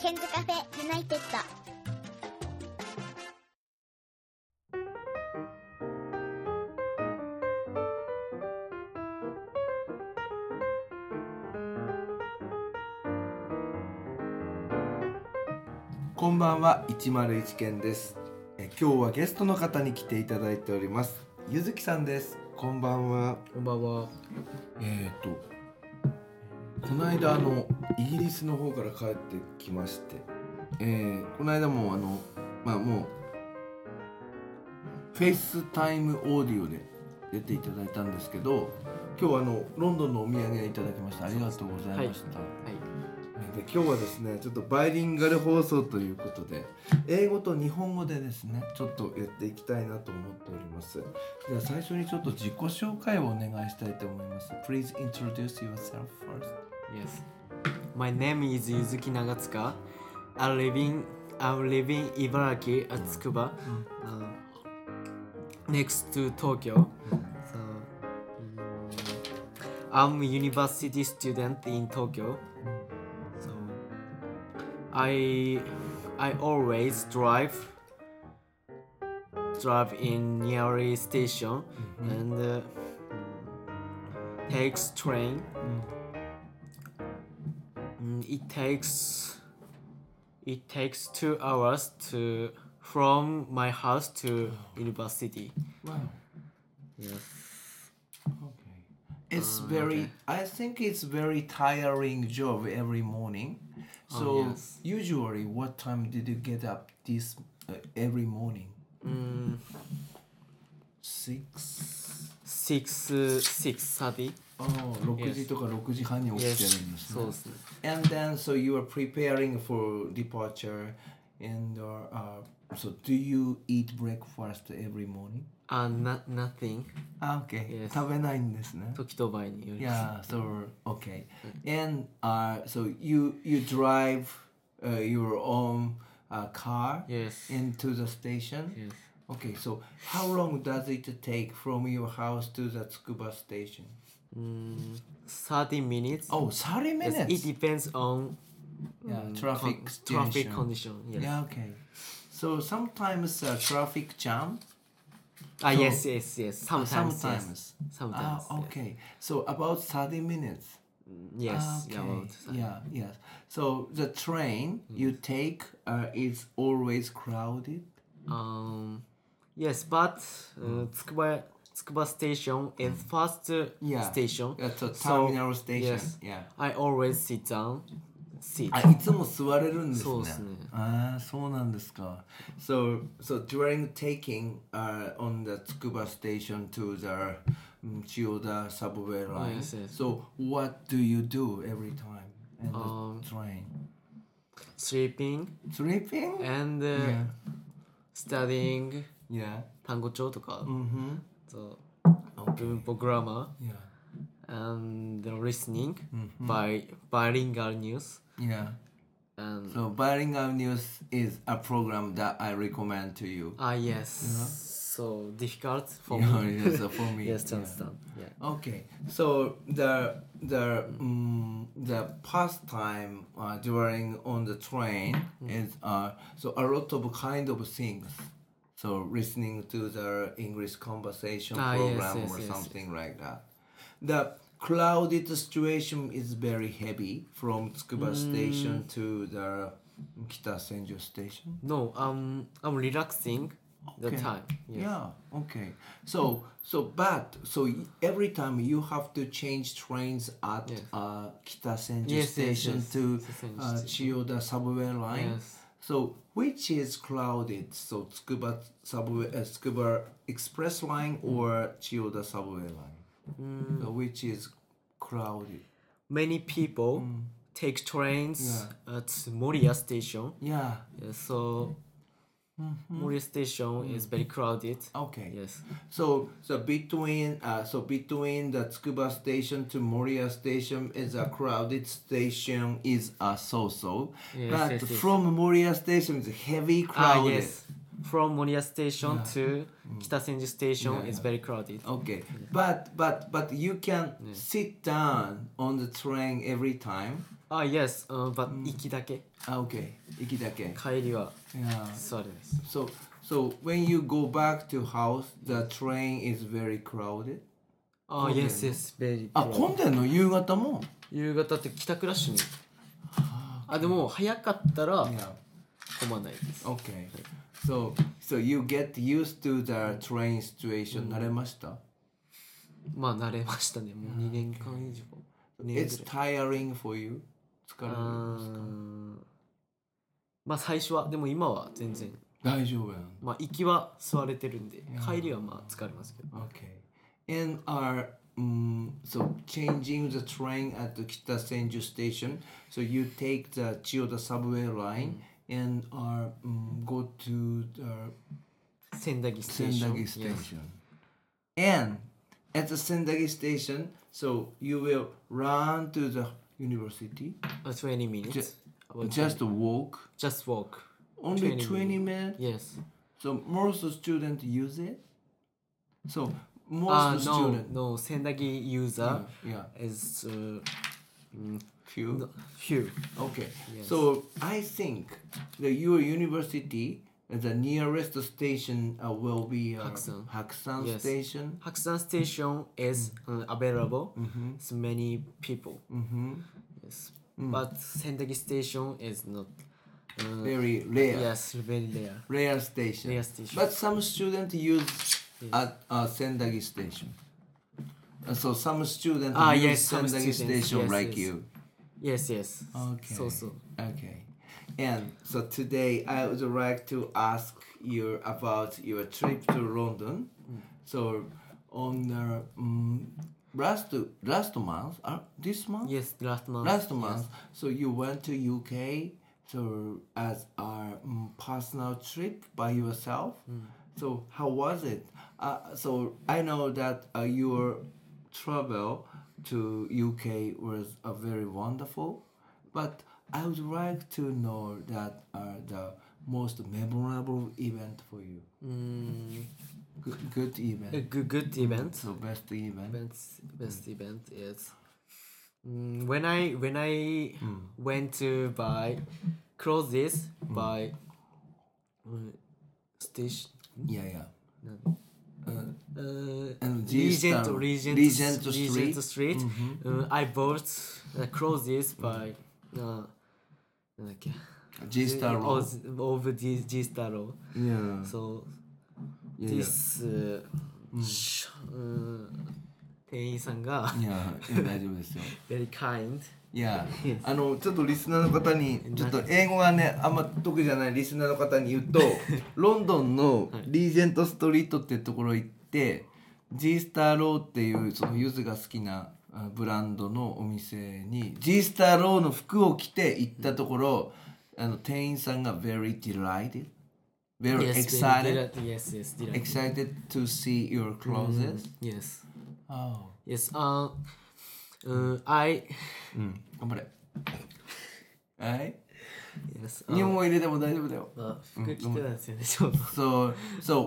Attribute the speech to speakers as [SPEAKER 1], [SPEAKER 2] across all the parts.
[SPEAKER 1] ケンズカフェユナイテッド。
[SPEAKER 2] こんばんは101件ですえ今日はゲストの方に来ていただいておりますゆずきさんですこんばんは
[SPEAKER 3] こんばんは。
[SPEAKER 2] えっ、とこの間あのイギリスの方から帰ってきましてえー、この間もあのまあもうフェイスタイムオーディオで出ていただいたんですけど今日はあのロンドンのお土産いただきましたありがとうございました、
[SPEAKER 3] はい。
[SPEAKER 2] で今日はですねちょっとバイリンガル放送ということで英語と日本語でですねちょっとやっていきたいなと思っておりますでは最初にちょっと自己紹介をお願いしたいと思います Please introduce yourself first
[SPEAKER 3] Yes. My name is Yuzuki Nagatsuka. I live in I'm living Ibaraki at Tsukuba, uh, next to Tokyo. So mm, I'm a university student in Tokyo. So I I always drive drive in nearly station and uh, takes train. Mm, it takes it takes two hours to from my house to university.
[SPEAKER 2] Wow
[SPEAKER 3] Yes.
[SPEAKER 2] okay It's very I think it's very tiring job every morning So
[SPEAKER 3] yes.
[SPEAKER 2] usually what time did you get up this uh, every morning
[SPEAKER 3] Mm,
[SPEAKER 2] Six
[SPEAKER 3] six uh, six thirty.
[SPEAKER 2] ああ6時とか6時半に起き
[SPEAKER 3] Yes.
[SPEAKER 2] てるんですね
[SPEAKER 3] So it's-
[SPEAKER 2] And then, so you are preparing for departure, and or, uh, so do you eat breakfast every morning?
[SPEAKER 3] uh, not nothing.
[SPEAKER 2] Ah, okay.
[SPEAKER 3] Yes.
[SPEAKER 2] 食べないんですね。
[SPEAKER 3] 時と場合により。
[SPEAKER 2] Yeah. So okay. And uh, so you you drive uh, your own uh, car
[SPEAKER 3] Yes.
[SPEAKER 2] into the station.
[SPEAKER 3] Yes.
[SPEAKER 2] Okay. So how long does it take from your house to the Tsukuba station?
[SPEAKER 3] Mm, thirty minutes.
[SPEAKER 2] Oh, 30
[SPEAKER 3] Yes,
[SPEAKER 2] minutes.
[SPEAKER 3] It depends on
[SPEAKER 2] yeah,
[SPEAKER 3] mm,
[SPEAKER 2] traffic
[SPEAKER 3] con- traffic
[SPEAKER 2] station.
[SPEAKER 3] condition. Yes.
[SPEAKER 2] Yeah, okay. So sometimes uh, traffic jam.
[SPEAKER 3] Ah
[SPEAKER 2] So- uh,
[SPEAKER 3] yes yes yes. Sometimes. Yes.
[SPEAKER 2] sometimes.
[SPEAKER 3] Sometimes.
[SPEAKER 2] Ah, okay. So about 30 minutes.
[SPEAKER 3] Yes.
[SPEAKER 2] Ah,
[SPEAKER 3] yeah,
[SPEAKER 2] okay.
[SPEAKER 3] about Mm. some-
[SPEAKER 2] yeah, yes. So the train you take uh, is always crowded.
[SPEAKER 3] Um, yes, but uh, Tsukuba Tsukuba Station is first uh,
[SPEAKER 2] Yeah.
[SPEAKER 3] station.
[SPEAKER 2] That's a
[SPEAKER 3] So,
[SPEAKER 2] terminal station.
[SPEAKER 3] yes.
[SPEAKER 2] Yeah.
[SPEAKER 3] I always sit down. Sit.
[SPEAKER 2] あいつも座れるんですね。
[SPEAKER 3] そうですね
[SPEAKER 2] ああそうなんですか。So, so during taking、uh, on the Tsukuba station to the、um, 千代田 subway line,
[SPEAKER 3] Oh, yes, yes.
[SPEAKER 2] so what do you do every time in the
[SPEAKER 3] Um,
[SPEAKER 2] train?
[SPEAKER 3] Sleeping
[SPEAKER 2] Sleeping?
[SPEAKER 3] and uh,
[SPEAKER 2] Yeah.
[SPEAKER 3] studying
[SPEAKER 2] Yeah.
[SPEAKER 3] 単語帳とか、
[SPEAKER 2] Mm-hmm.
[SPEAKER 3] so
[SPEAKER 2] Okay.
[SPEAKER 3] 文法 grammar
[SPEAKER 2] Yeah.
[SPEAKER 3] and listening
[SPEAKER 2] Hmm.
[SPEAKER 3] by bilingual news
[SPEAKER 2] Yeah.
[SPEAKER 3] and
[SPEAKER 2] So, Bilingual News is a program that I recommend to you.
[SPEAKER 3] ah yes, so difficult for
[SPEAKER 2] Yeah,
[SPEAKER 3] me.
[SPEAKER 2] yes, for me.
[SPEAKER 3] yes,
[SPEAKER 2] yeah.
[SPEAKER 3] to understand. Yeah.
[SPEAKER 2] Okay, so the the um, the pastime uh, during on the train
[SPEAKER 3] Mm-hmm.
[SPEAKER 2] is uh, so a lot of kind of things. So listening to the English conversation
[SPEAKER 3] Ah, yes,
[SPEAKER 2] program
[SPEAKER 3] yes,
[SPEAKER 2] or
[SPEAKER 3] yes, yes.
[SPEAKER 2] something like that. The crowded situation is very heavy from
[SPEAKER 3] Mm.
[SPEAKER 2] Tsukuba station to the Kita Senju station.
[SPEAKER 3] No, um, I'm relaxing the
[SPEAKER 2] Okay.
[SPEAKER 3] time. Yes.
[SPEAKER 2] Yeah. Okay. So so but so y- every time you have to change trains at
[SPEAKER 3] Yes.
[SPEAKER 2] uh, Kitasenji
[SPEAKER 3] Yes, yes,
[SPEAKER 2] station
[SPEAKER 3] yes.
[SPEAKER 2] to
[SPEAKER 3] Kitasenji
[SPEAKER 2] uh, Chiyoda subway line.
[SPEAKER 3] Yes.
[SPEAKER 2] So which is crowded? So Tsukuba subway, uh, Tsukuba express line or Chiyoda subway line?
[SPEAKER 3] Mm.
[SPEAKER 2] So which is crowded?
[SPEAKER 3] Many people take trains at Moria station.
[SPEAKER 2] Yeah.
[SPEAKER 3] Yeah, so Moria station is very crowded.
[SPEAKER 2] Okay.
[SPEAKER 3] Yes.
[SPEAKER 2] So so between uh so between the Tsukuba station to Moria station is a crowded station is a so so.
[SPEAKER 3] Yes,
[SPEAKER 2] but
[SPEAKER 3] yes, yes.
[SPEAKER 2] from Moria station is heavy
[SPEAKER 3] Ah,
[SPEAKER 2] crowded.
[SPEAKER 3] yes. from Moriya Station
[SPEAKER 2] Yeah.
[SPEAKER 3] to Kitasenji Station
[SPEAKER 2] Yeah,
[SPEAKER 3] is
[SPEAKER 2] yeah.
[SPEAKER 3] very crowded.
[SPEAKER 2] Okay, but but but you can
[SPEAKER 3] Yeah.
[SPEAKER 2] sit down on the train every time.
[SPEAKER 3] Ah yes, uh, but 行きだけ
[SPEAKER 2] Ah, okay, ikidake.
[SPEAKER 3] 帰りは
[SPEAKER 2] Yeah.
[SPEAKER 3] 座れます。
[SPEAKER 2] So so when you go back to house, the train is very crowded.
[SPEAKER 3] あ、
[SPEAKER 2] 混んでんの
[SPEAKER 3] yes yes very.
[SPEAKER 2] あ、混んでんの夕方も。
[SPEAKER 3] 夕方って帰宅ラッシュに。あでも早かったら
[SPEAKER 2] Yeah.
[SPEAKER 3] 混まないです。
[SPEAKER 2] Okay. So so you get used to the train situation. 慣れました。
[SPEAKER 3] まあ慣れましたね。もう2年間以上。二年
[SPEAKER 2] It's
[SPEAKER 3] ぐらい
[SPEAKER 2] tiring for you. 疲れ
[SPEAKER 3] う
[SPEAKER 2] る。
[SPEAKER 3] ーんまあ最初はでも今は全然。
[SPEAKER 2] 大丈夫やん。
[SPEAKER 3] まあ行きは座れてるんで帰りはまあ疲れますけど。
[SPEAKER 2] Okay. And are um, so changing the train at the Kitasenju station. So you take the Chiyoda subway line and are um, go to the
[SPEAKER 3] 仙台ステーション。
[SPEAKER 2] Sendagi station. And at the Sendagi station, so you will run to the university.
[SPEAKER 3] Yes. Uh, 20 minutes.
[SPEAKER 2] Ju-
[SPEAKER 3] About
[SPEAKER 2] Just walk.
[SPEAKER 3] 20 just walk.
[SPEAKER 2] Only
[SPEAKER 3] 20
[SPEAKER 2] 20 minutes.
[SPEAKER 3] Yes.
[SPEAKER 2] So most students use it. So most
[SPEAKER 3] Ah, no,
[SPEAKER 2] students.
[SPEAKER 3] no. Sendagi user
[SPEAKER 2] Yeah.
[SPEAKER 3] is uh, mm,
[SPEAKER 2] Few.
[SPEAKER 3] no, few.
[SPEAKER 2] Okay,
[SPEAKER 3] Yes.
[SPEAKER 2] so I think that your university, the nearest station uh, will be uh,
[SPEAKER 3] Hakusan.
[SPEAKER 2] Hakusan
[SPEAKER 3] Yes.
[SPEAKER 2] Station.
[SPEAKER 3] Hakusan station is uh, available. It's many people.
[SPEAKER 2] Mm-hmm.
[SPEAKER 3] Yes. But Sendagi station is not. Uh,
[SPEAKER 2] Very rare,
[SPEAKER 3] Yes, very rare.
[SPEAKER 2] rare station.
[SPEAKER 3] Rare station.
[SPEAKER 2] But some students use at uh, Sendagi Station. Uh, so some students
[SPEAKER 3] Ah,
[SPEAKER 2] use
[SPEAKER 3] yes, some
[SPEAKER 2] Sendagi
[SPEAKER 3] students,
[SPEAKER 2] Station
[SPEAKER 3] yes,
[SPEAKER 2] like
[SPEAKER 3] yes.
[SPEAKER 2] you.
[SPEAKER 3] Yes, yes.
[SPEAKER 2] Okay.
[SPEAKER 3] So so.
[SPEAKER 2] Okay. And so today I would like to ask you about your trip to London. So on the um, last last month, uh, this month,
[SPEAKER 3] Yes, last month.
[SPEAKER 2] last month. So you went to UK. So as our um, personal trip by yourself.
[SPEAKER 3] Mm.
[SPEAKER 2] So how was it? Uh, so I know that uh, your travel to UK was uh, very wonderful, but I would like to know that uh, the most memorable event for you.
[SPEAKER 3] Mm,
[SPEAKER 2] Good, good
[SPEAKER 3] a
[SPEAKER 2] event.
[SPEAKER 3] good, good event.
[SPEAKER 2] So best event.
[SPEAKER 3] events best event is mm, when I when I
[SPEAKER 2] Mm.
[SPEAKER 3] went to buy clothes by uh, station
[SPEAKER 2] Yeah, yeah. Uh,
[SPEAKER 3] uh,
[SPEAKER 2] And this
[SPEAKER 3] Regent
[SPEAKER 2] time,
[SPEAKER 3] Regent
[SPEAKER 2] Regent
[SPEAKER 3] S-
[SPEAKER 2] Street. Mm-hmm.
[SPEAKER 3] Regent Street. Uh, I bought uh, clothes by uh, なんだっけ
[SPEAKER 2] G
[SPEAKER 3] Eh,
[SPEAKER 2] Star Road.
[SPEAKER 3] of oh, G G Star Road.
[SPEAKER 2] Yeah.
[SPEAKER 3] So
[SPEAKER 2] yeah, yeah. Mm.
[SPEAKER 3] this uh, sh- uh, 店員さんが
[SPEAKER 2] いや、 いや大丈夫ですよ。
[SPEAKER 3] very kind
[SPEAKER 2] いや、あの、ちょっとリスナーの方に、ちょっと英語がね、あんま得意じゃないリスナーの方に言う と、ロンドンのリージェントストリートっていうところ行って、G スターローっていう、そのゆずが好きなあブランドのお店に、G スターローの服を着て行ったところ、あの、店員さんが very delighted, very excited,
[SPEAKER 3] Very, delight- yes, yes, delight.
[SPEAKER 2] excited to see your clothes.
[SPEAKER 3] Yes,
[SPEAKER 2] Oh.
[SPEAKER 3] yes. Uh, uh, I
[SPEAKER 2] うん、頑 張れ。はい。
[SPEAKER 3] yes.
[SPEAKER 2] 日
[SPEAKER 3] Uh,
[SPEAKER 2] 本語入れても大丈夫だよ。
[SPEAKER 3] uh,
[SPEAKER 2] Mm,
[SPEAKER 3] 服着てたん ですよね、ちょうど。
[SPEAKER 2] So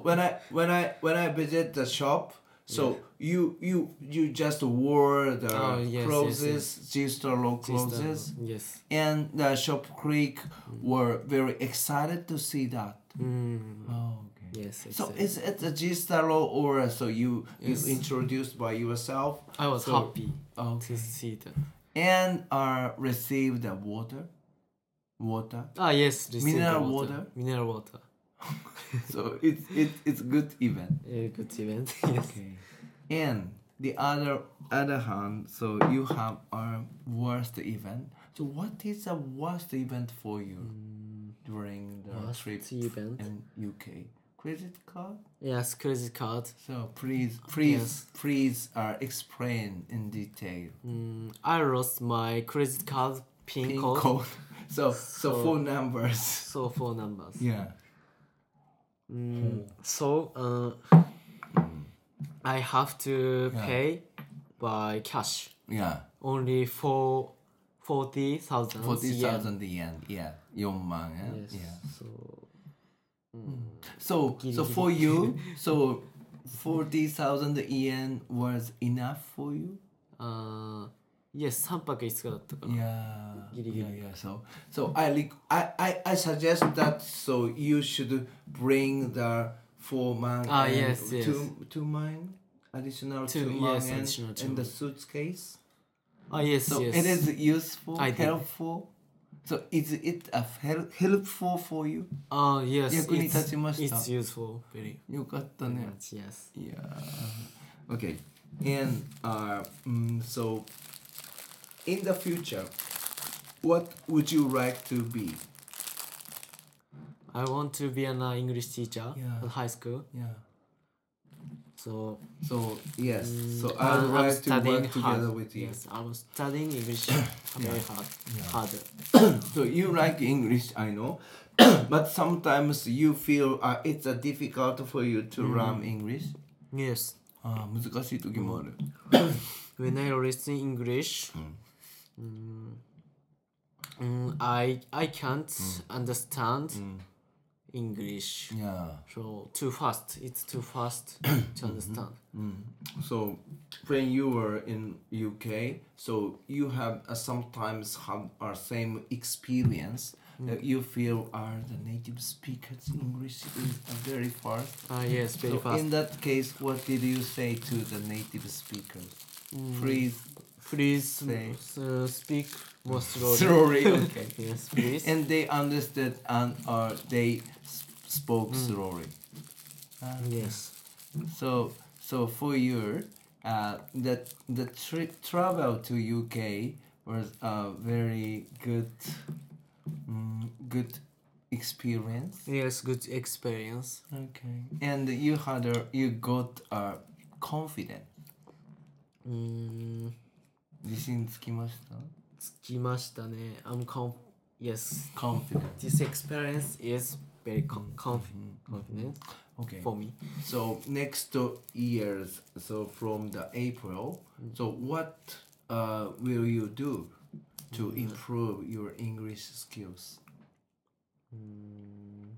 [SPEAKER 2] so when I when I when I visit the shop, so you you you just wore the
[SPEAKER 3] Oh, yes,
[SPEAKER 2] clothes,
[SPEAKER 3] yes,
[SPEAKER 2] G-Star clothes,
[SPEAKER 3] Sister, Yes.
[SPEAKER 2] and the shop creek were very excited to see that.
[SPEAKER 3] Mm,
[SPEAKER 2] Oh, okay.
[SPEAKER 3] yes. Yes.
[SPEAKER 2] So
[SPEAKER 3] yes.
[SPEAKER 2] is it a G-Star or uh, so you you introduced by yourself?
[SPEAKER 3] I was
[SPEAKER 2] so-
[SPEAKER 3] happy
[SPEAKER 2] Okay.
[SPEAKER 3] to see that.
[SPEAKER 2] And uh, received the water, water.
[SPEAKER 3] Ah, yes. receive the
[SPEAKER 2] Mineral water?
[SPEAKER 3] Mineral water.
[SPEAKER 2] so it's it's it's good event.
[SPEAKER 3] A good event. yes.
[SPEAKER 2] Okay. And the other other hand, so you have a worst event. So what is the worst event for you during the
[SPEAKER 3] Worst
[SPEAKER 2] trip
[SPEAKER 3] event.
[SPEAKER 2] in UK? Credit card.
[SPEAKER 3] Yes. Credit card.
[SPEAKER 2] So please, please,
[SPEAKER 3] Yes.
[SPEAKER 2] please, uh, explain in detail.
[SPEAKER 3] Mm, I lost my credit card pin,
[SPEAKER 2] Pin
[SPEAKER 3] code,
[SPEAKER 2] code. So, so
[SPEAKER 3] So-
[SPEAKER 2] phone numbers.
[SPEAKER 3] so phone numbers.
[SPEAKER 2] Yeah. Hmm.
[SPEAKER 3] Mm, so uh, I have to
[SPEAKER 2] Yeah.
[SPEAKER 3] pay by cash
[SPEAKER 2] Yeah.
[SPEAKER 3] only for forty thousand.
[SPEAKER 2] Forty thousand yen. Yeah. 4万円
[SPEAKER 3] Yes.
[SPEAKER 2] Yeah.
[SPEAKER 3] So
[SPEAKER 2] So, so for you, so 40,000 yen was enough for you?
[SPEAKER 3] あー、いや、3泊5日だったかな。
[SPEAKER 2] Yeah.
[SPEAKER 3] Giri, giri.
[SPEAKER 2] Yeah, yeah. So, so I, rec- I, I, I suggest that so you should bring the four man
[SPEAKER 3] Ah,
[SPEAKER 2] and
[SPEAKER 3] yes,
[SPEAKER 2] two,
[SPEAKER 3] yes.
[SPEAKER 2] two man, additional two,
[SPEAKER 3] Two,
[SPEAKER 2] man
[SPEAKER 3] yes,
[SPEAKER 2] and,
[SPEAKER 3] additional two
[SPEAKER 2] and the
[SPEAKER 3] man.
[SPEAKER 2] suitcase.
[SPEAKER 3] あ、yes, Ah,
[SPEAKER 2] So
[SPEAKER 3] yes.
[SPEAKER 2] it is useful,
[SPEAKER 3] I did.
[SPEAKER 2] helpful. So is it a hel- helpful for you?
[SPEAKER 3] あ、yes. Ah,
[SPEAKER 2] 役に立ちました
[SPEAKER 3] It's, it's useful, very
[SPEAKER 2] よかったね。
[SPEAKER 3] much, yes.
[SPEAKER 2] Yeah. Okay. And uh, mm, so, in the future, what would you like to be?
[SPEAKER 3] I want to be an uh, English teacher
[SPEAKER 2] Yeah.
[SPEAKER 3] at high school.
[SPEAKER 2] Yeah.
[SPEAKER 3] So,
[SPEAKER 2] So yes. So I
[SPEAKER 3] I'm
[SPEAKER 2] would like to
[SPEAKER 3] Mm. studying
[SPEAKER 2] work together
[SPEAKER 3] hard.
[SPEAKER 2] with you.
[SPEAKER 3] Yes, I was studying English very hard. Hard.
[SPEAKER 2] So you like English, I know, but sometimes you feel uh, it's a difficult for you to
[SPEAKER 3] Mm.
[SPEAKER 2] learn English.
[SPEAKER 3] Yes.
[SPEAKER 2] ああ難しい時もある。
[SPEAKER 3] When I listen English, mm, mm, I I can't
[SPEAKER 2] Mm.
[SPEAKER 3] understand English.
[SPEAKER 2] Yeah.
[SPEAKER 3] So too fast. It's too fast to
[SPEAKER 2] Mm-hmm.
[SPEAKER 3] understand.
[SPEAKER 2] Mm. So when you were in UK, so you have uh, sometimes have our same experience.
[SPEAKER 3] Mm.
[SPEAKER 2] That you feel are the native speakers English is uh, very fast.
[SPEAKER 3] Ah yes, very
[SPEAKER 2] so
[SPEAKER 3] fast.
[SPEAKER 2] in that case, what did you say to the native speakers?
[SPEAKER 3] Mm.
[SPEAKER 2] Please
[SPEAKER 3] Please
[SPEAKER 2] Say.
[SPEAKER 3] s- uh, speak more slowly.
[SPEAKER 2] slowly, okay.
[SPEAKER 3] Yes, please.
[SPEAKER 2] And they understood and or they s- spoke
[SPEAKER 3] Mm.
[SPEAKER 2] slowly.
[SPEAKER 3] yes.
[SPEAKER 2] So so for you, uh, that the trip travel to UK was a very good, mm, good experience.
[SPEAKER 3] Yes, good experience.
[SPEAKER 2] Okay. And you had a you got a confident.
[SPEAKER 3] Mm,
[SPEAKER 2] 自信つきました。
[SPEAKER 3] つきましたね。I'm conf yes.
[SPEAKER 2] Confident.
[SPEAKER 3] This experience is very con- conf- confident
[SPEAKER 2] Okay.
[SPEAKER 3] for me.
[SPEAKER 2] So next years, so from the April,
[SPEAKER 3] Mm.
[SPEAKER 2] so what uh, will you do to improve your English skills?
[SPEAKER 3] Mm.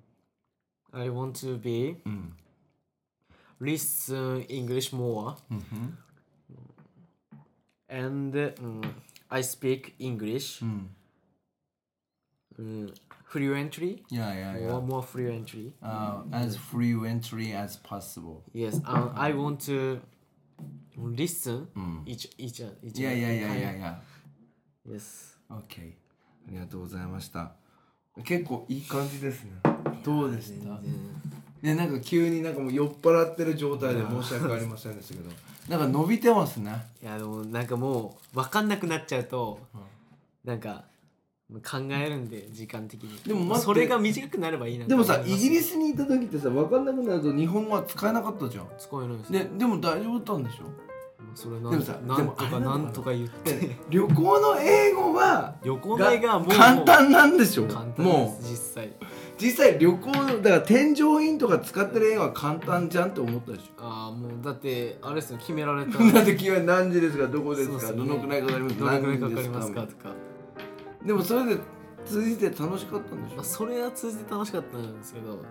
[SPEAKER 3] I want to be listen English more. And uh, mm, I speak English mm, fluently
[SPEAKER 2] Yeah, Ah, yeah,
[SPEAKER 3] or more fluently.
[SPEAKER 2] uh, as frequently as possible.
[SPEAKER 3] Yes, um, I want to listen each each other. Each
[SPEAKER 2] Yeah,
[SPEAKER 3] other.
[SPEAKER 2] yeah, yeah, yeah, yeah.
[SPEAKER 3] Yes.
[SPEAKER 2] OK。ありがとうございました。結構いい感じですね。どうでしたね、なんか急になんかもう酔っ払ってる状態で申し訳ありませんでしたけど、なんか伸びてますね。
[SPEAKER 3] いやでもなんかもう分かんなくなっちゃうと、なんか考えるんで時間的に
[SPEAKER 2] でも待って
[SPEAKER 3] それが短くなればいいな
[SPEAKER 2] でもさ、イギリ
[SPEAKER 3] ス
[SPEAKER 2] スにいた時ってさ、分かんなくなると日本語は使えなかったじゃん。
[SPEAKER 3] 使えないです
[SPEAKER 2] で、でも大丈夫だったんでしょ
[SPEAKER 3] それなん
[SPEAKER 2] でもさ
[SPEAKER 3] な
[SPEAKER 2] で
[SPEAKER 3] ん
[SPEAKER 2] も
[SPEAKER 3] と
[SPEAKER 2] あれ
[SPEAKER 3] か
[SPEAKER 2] なのか
[SPEAKER 3] な
[SPEAKER 2] なん
[SPEAKER 3] とか言って
[SPEAKER 2] で旅行の英語は、
[SPEAKER 3] 旅行代がもう
[SPEAKER 2] 簡単なんでしょ
[SPEAKER 3] 簡単です
[SPEAKER 2] もう。
[SPEAKER 3] 実際
[SPEAKER 2] 実際旅行だから添乗員とか使ってる映画は簡単じゃんって思ったでしょ
[SPEAKER 3] ああもうだってあれですよ決め られた
[SPEAKER 2] だって君は何時ですかどこです
[SPEAKER 3] そうっ
[SPEAKER 2] か
[SPEAKER 3] すね
[SPEAKER 2] どのくらいかかります
[SPEAKER 3] どれぐらいかかり
[SPEAKER 2] 何
[SPEAKER 3] ま
[SPEAKER 2] 人
[SPEAKER 3] す
[SPEAKER 2] で
[SPEAKER 3] かとか
[SPEAKER 2] でもそれで通じて楽しかったんでし
[SPEAKER 3] あ
[SPEAKER 2] ょ
[SPEAKER 3] それは通じて楽しかったんですけど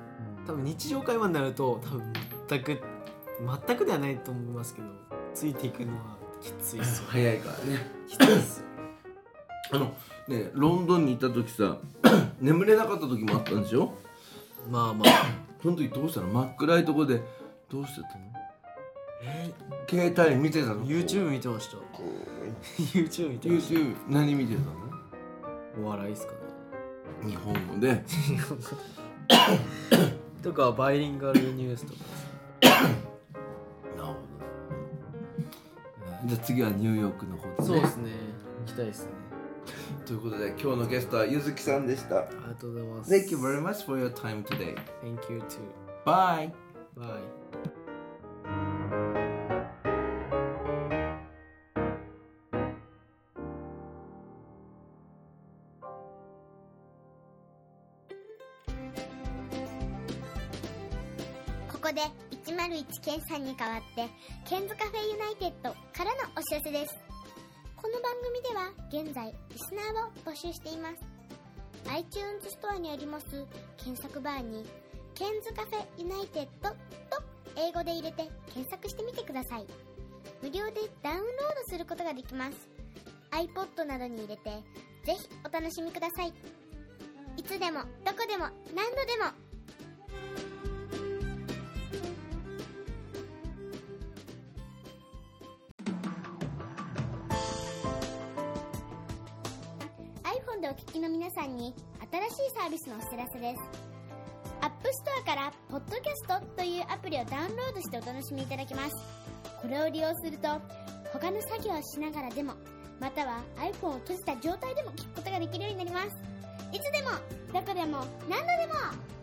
[SPEAKER 3] 多分日常会話になると多分全く全くではないと思いますけどついていくのはきついっすよ
[SPEAKER 2] 早いからね
[SPEAKER 3] きついっすよ
[SPEAKER 2] あのねロンドンにいた時さ 眠れなかった時もあったんでしょ
[SPEAKER 3] まあまあ
[SPEAKER 2] その時どうしたの真っ暗いとこでどうしてたの携帯見てたの
[SPEAKER 3] YouTube 見てました YouTube 見てまし
[SPEAKER 2] YouTube 何見てた
[SPEAKER 3] たお笑いっすかね
[SPEAKER 2] の日本語で
[SPEAKER 3] とかバイリンガルニュースとか
[SPEAKER 2] なるほどじゃあ次はニューヨークの方でね
[SPEAKER 3] そうですね行きたいですね
[SPEAKER 2] ということで今日のゲストはゆずきさんでした
[SPEAKER 3] ありがとうございます
[SPEAKER 2] Thank you very much for your time today
[SPEAKER 3] Thank you too
[SPEAKER 2] Bye
[SPEAKER 3] Bye
[SPEAKER 1] ここで101ケンさんに代わってケンズカフェユナイテッドからのお知らせですこの番組では現在リスナーを募集しています iTunes ストアにあります検索バーにケンズカフェユナイテッドと英語で入れて検索してみてください無料でダウンロードすることができます iPod などに入れてぜひお楽しみくださいいつでもどこでも何度でも「iPhone でお聞きの皆さんに新しいサービスのお知らせです App Store から「Podcast」というアプリをダウンロードしてお楽しみいただけますこれを利用すると他の作業をしながらでもまたは iPhone を閉じた状態でも聞くことができるようになりますいつでもどこでも何度でも